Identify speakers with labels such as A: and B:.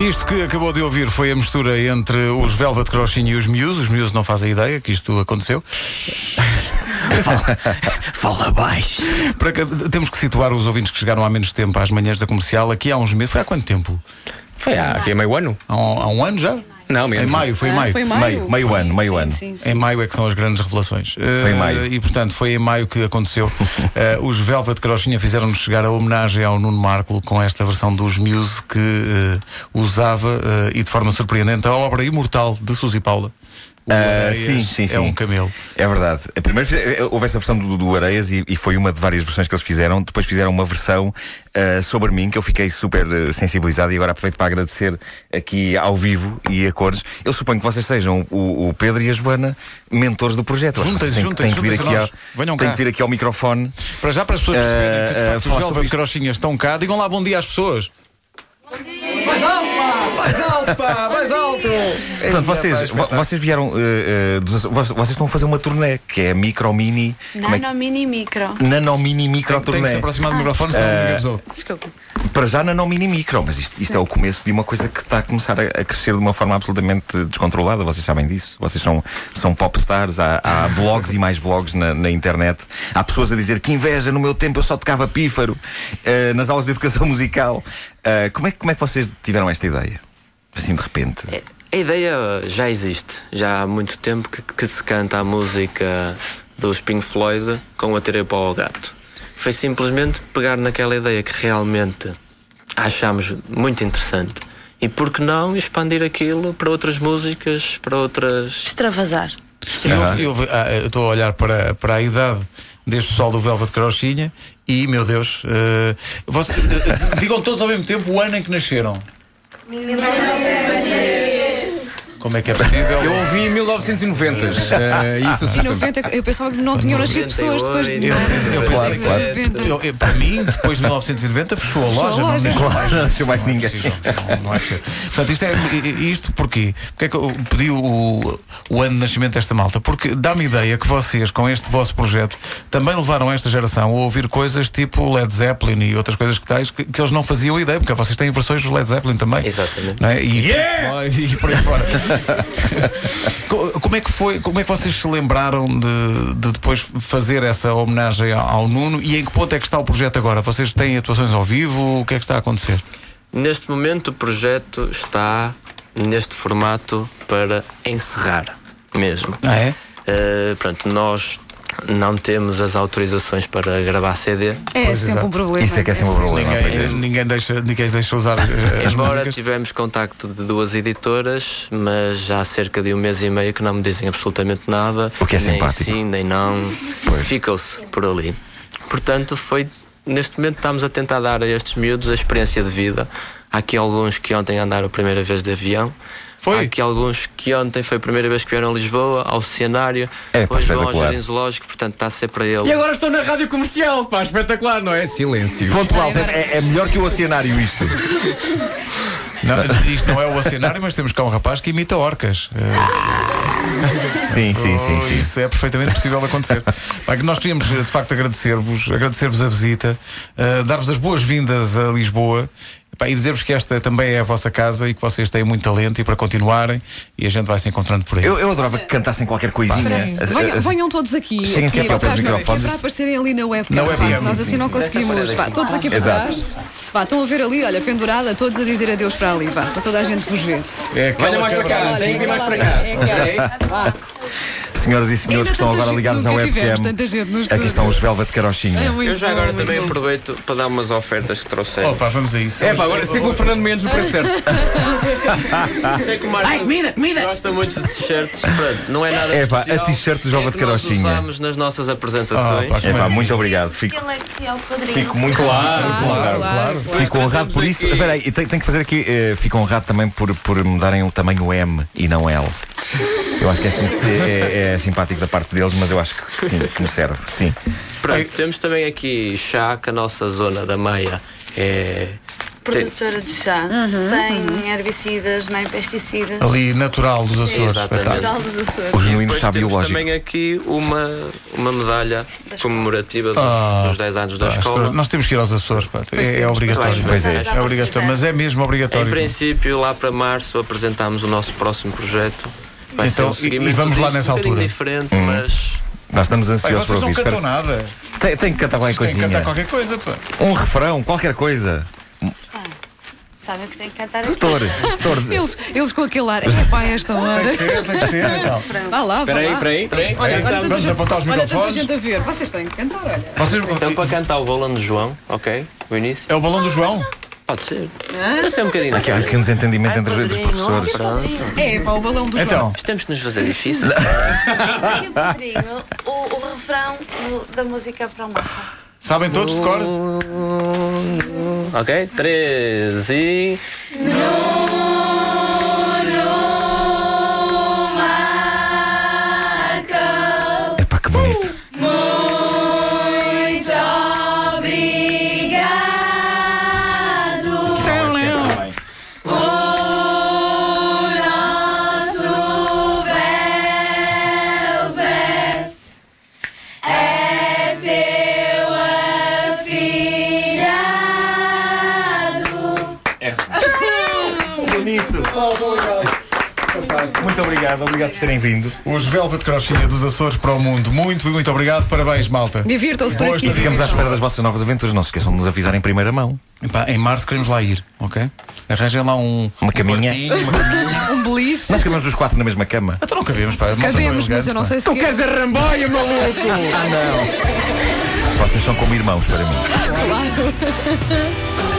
A: Isto que acabou de ouvir foi a mistura entre os Velvet Crossing e os Muse. Os Muse não fazem ideia que isto aconteceu.
B: Fala baixo.
A: Para que- temos que situar os ouvintes que chegaram há menos tempo às manhãs da comercial. Aqui há uns meses. Foi há quanto tempo?
B: Foi
C: ah,
B: há aqui é meio ano.
A: Há um, há um ano já?
B: Não,
A: Em
B: menos.
A: maio, foi em
D: Ah,
A: maio.
D: Foi em maio.
E: Meio- meio
D: Sim,
E: ano, meio
D: sim,
E: ano.
D: Sim, sim.
A: Em maio é que são as grandes revelações. Eh,
E: Foi em maio.
A: E portanto foi em maio que aconteceu. Eh, os Velvet Crochinha fizeram-nos chegar a homenagem ao Nuno Marco com esta versão dos Muse que eh, usava eh, e de forma surpreendente a obra imortal de Suzy Paula. O
E: Ah,
A: Areias
E: sim, sim,
A: é
E: sim.
A: um camelo.
E: É verdade. Primeiro fize- eh, houve essa versão do, do Areias e, e foi uma de várias versões que eles fizeram. Depois fizeram uma versão ah, sobre mim que eu fiquei super eh, sensibilizado e agora aproveito para agradecer aqui ao vivo e a cores. Eu suponho que vocês sejam o, o Pedro e a Joana mentores do projeto. Eu acho que
A: Juntem-se,
E: vocês têm que- têm
A: juntem-se,
E: que vir
A: juntem-se
E: aqui
A: a nós.
E: ao-
A: Venham
E: têm
A: cá.
E: que vir aqui ao microfone.
A: Para já, para as pessoas perceberem que de
E: Eh,
A: facto
E: eh,
A: os
E: falar sobre
A: Velvet
E: isto.
A: Crochinhas estão cá, digam lá bom dia às pessoas. Mais alto, pá! Mais alto!
E: Portanto, vocês, vo- vocês vieram. eh, eh, dos- vo- vocês estão a fazer uma turnê que é micro mini. como é que-
F: Nano, mini, micro.
E: Nano mini micro
A: Tem que se
E: turnê.
A: aproximar do microfone, senão
E: Eh,
A: ninguém vos ouve.
F: Desculpa.
E: Para já nano mini micro, mas isto, isto é o começo de uma coisa que está a começar a, a crescer de uma forma absolutamente descontrolada, vocês sabem disso. Vocês são, são popstars, há, há blogs e mais blogs na, na internet. Há pessoas a dizer que inveja, no meu tempo eu só tocava pífaro eh, nas aulas de educação musical. Eh, como, é, que- como é que vocês tiveram esta ideia? Assim de repente.
B: A ideia já existe. Já há muito tempo que, que se canta a música dos Pink Floyd com a tira para o gato. Foi simplesmente pegar naquela ideia que realmente achámos muito interessante. E por que não expandir aquilo para outras músicas, para outras.
F: Extravasar.
A: E houve- e houve- ah, eu estou a olhar para, para a idade deste pessoal do Velvet Crochinha e, meu Deus, eh, você- eh, digam todos ao mesmo tempo o ano em que nasceram. Como é que é possível?
C: Eu ouvi em 1990. eh, isso
D: E
C: assusta-me.
D: 90, eu pensava que não tinham nascido pessoas depois de
B: 98,
D: nada.
A: eu-
D: Depois de
A: claro, claro.
D: 90.
A: Eu- eu- para mim, depois de 1990, fechou a
D: Fechou a
A: loja.
D: loja.
A: Não,
E: Claro, não nasceu mais ninguém.
A: possível, não, não é possível. Portanto, isto, é, i- i- isto porquê? Porquê é que eu pedi o, o ano de nascimento desta malta? Porque dá-me ideia que vocês, com este vosso projeto, também levaram esta geração a ouvir coisas tipo Led Zeppelin e outras coisas que tais, que, que eles não faziam ideia, porque vocês têm versões do Led Zeppelin também.
B: Exatamente.
A: Não é? E, e por aí fora. Co- como é que foi, como é que vocês se lembraram de, de depois fazer essa homenagem ao, ao Nuno e em que ponto é que está o projeto agora? Vocês têm atuações ao vivo? O que é que está a acontecer?
B: Neste momento o projeto está neste formato para encerrar mesmo.
A: Ah, é?
B: Eh, pronto, nós não temos as autorizações para gravar CD,
D: É sempre um problema.
E: Isso é que é sempre um problema.
A: Ninguém, ninguém deixa, ninguém deixa usar
E: É
A: eh, as
B: Embora
A: músicas.
B: tivemos contacto de duas editoras, mas já há cerca de um mês e meio que não me dizem absolutamente nada.
E: O que é
B: nem
E: simpático.
B: sim, nem não. Ficam-se por ali. Portanto, foi. Neste momento estamos a tentar dar a estes miúdos a experiência de vida. Há aqui alguns que ontem andaram a primeira vez de avião.
A: Foi?
B: Há aqui alguns que ontem foi a primeira vez que vieram a Lisboa, ao cenário,
E: É, pá,
B: depois vão ao
E: espetacular.
B: Jardim Zoológico, portanto está a ser para eles.
C: E agora estou na rádio comercial, pá, espetacular, não é? Silêncio.
E: Ponto alto,
D: agora-
E: é, é melhor que o oceanário isto.
A: Não, isto não é o cenário, mas temos cá um rapaz que imita orcas. Eh,
E: Sim, sim, sim,
A: oh,
E: sim.
A: Isso é perfeitamente possível de acontecer. Bem, que nós queríamos eh, de facto agradecer-vos, agradecer-vos a visita, eh, dar-vos as boas-vindas a Lisboa. Pá, E dizer-vos que esta também é a vossa casa e que vocês têm muito talento e para continuarem e a gente vai se encontrando por aí.
E: Eu, eu adorava que cantassem qualquer coisinha. A- a-
D: Venham, venham todos aqui,
E: Cheguem
D: aqui
E: sempre aos
D: atrás, não,
E: microfones.
D: que é para aparecerem ali na webcam.
A: Na
D: de
A: webcam.
D: facto, Nós assim não conseguimos. Vá, todos aqui para
E: Exato.
D: trás. Vá, estão a ver ali, olha, pendurada, todos a dizer adeus para ali. Vá, para toda a gente vos ver.
A: É aquela
C: Venha mais para
A: câmara-
C: cá,
D: Olha,
C: tem que ir mais para
D: aquela
C: cá.
D: ali, é aquela. Vá.
E: Senhoras e senhores
D: Ainda
E: que estão
D: tanta
E: agora
D: gente,
E: ligados à
D: nunca tivemos
E: webcam,
D: tanta gente nos
E: aqui estão os Velvet
D: É
E: Carochinha.
D: muito
B: Eu já
D: bom,
B: agora
D: muito
B: também
D: bom.
B: aproveito para dar umas ofertas que trouxeram.
E: Oh,
A: Opa, vamos a isso.
C: É pá, agora siga o Fernando Mendes no preço certo.
B: Sei que o Marco gosta muito de t-shirts. Pronto, não é nada
E: É pá,
B: especial.
E: a t-shirt do Jovem
B: é
E: de
B: que nós
E: Carochinha.
B: usámos nas nossas apresentações.
A: Ah, pá,
E: É pá, muito obrigado. Fico,
F: Ele é que é o padrinho.
E: fico muito
D: Claro, claro.
E: Fico honrado por isso.
B: aqui-
E: Espera aí, tenho, tenho que fazer aqui. eh, fico honrado também por, por me darem o tamanho M e não L. Eu acho que é, sin- é- é simpático da parte deles, mas eu acho que sim, que me serve. Sim.
B: Pronto, temos também aqui chá, que a nossa zona da meia é
F: produtora de chá, sem herbicidas nem pesticidas.
A: Ali natural dos Açores.
B: Exatamente.
A: espetáculo. um
F: Natural dos
E: O
F: Açores.
E: genuíno
B: Depois
E: está
B: temos
E: biológico.
B: também aqui uma, uma medalha comemorativa dos,
A: Ah,
B: dos 10 anos da
A: pá,
B: escola.
A: Nós temos que ir aos Açores, pá. É, é
D: temos.
A: obrigatório.
B: Pois
F: é.
A: É obrigatório, mas é mesmo
B: Em
A: obrigatório.
B: princípio, lá para março apresentamos o nosso próximo projeto. Vai
A: Então,
B: ser um
A: e-
B: seguimento
A: e vamos lá
B: disto,
A: nessa
B: um bocadinho
A: altura. Hum.
B: diferente, mas
E: Nós estamos
A: Ai,
E: ansiosos para
A: vocês não
E: ouvir.
A: cantam
E: Espero-
A: nada.
E: Tem, tem que cantar qualquer
A: Tem que
E: coisinha.
A: cantar qualquer coisa, pá.
E: Um refrão, qualquer coisa.
F: Sabem o que tem que cantar aqui?
E: Setor, setor.
D: Eles, eles com aquele ar. É pá, esta hora.
A: Tem que ser, tem que ser. então.
D: Vá lá, vá
C: Espera aí,
D: lá.
C: espera aí, espera aí.
D: Olha, olha, tanta
A: Vamos
D: gente-
A: apontar os
D: olha tanta
A: microfones.
D: gente a ver. Vocês têm que cantar, olha.
A: Vocês- eh,
B: então para cantar o Volando João, ok? O início?
A: É o balão do João?
B: Pode ser. Pode ser um bocadinho.
E: Que há aqui um desentendimento entre os- os
B: Rodrigo,
E: professores.
B: Pronto.
D: É, pá, o balão do
A: Então,
D: João.
B: Isto temos de nos fazer difícil.
F: E é o Pedrinho, o, o refrão do- da música para o mapa.
A: sabem todos de cor?
B: ok? 3 e.
E: Epá, É que bonito. Tá é Muito obrigado, obrigado por terem vindo.
A: Os Velvet Crochinha dos Açores para o Mundo. Muito e muito obrigado. Parabéns, malta.
D: Divirtam-se por
A: Boa,
D: aqui.
A: então
E: Ficamos à
D: divirtam-se.
E: espera das vossas novas aventuras. Não se esqueçam de nos avisar em primeira mão.
A: Epá, em março queremos lá ir, ok? Arranjem lá um.
E: Uma
A: um
E: caminha.
A: quartinho, uma caminha.
D: Um beliche.
E: Nós cabemos os quatro na mesma cama.
A: Então não cabemos, pá. Moça,
D: Cabemos,
A: tão
D: mas
A: elegante,
D: eu não
A: pá.
D: sei se.
C: Tu queres a ramboia, maluco?
E: Vocês são como irmãos para mim.
D: Claro.